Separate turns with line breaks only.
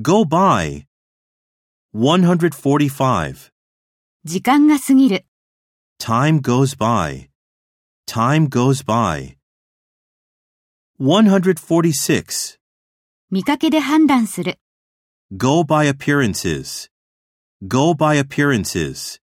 Go by. 145.
時間が過ぎる。
Time goes by. Time goes by. 146.
見かけで判断する。
Go by appearances. Go by appearances.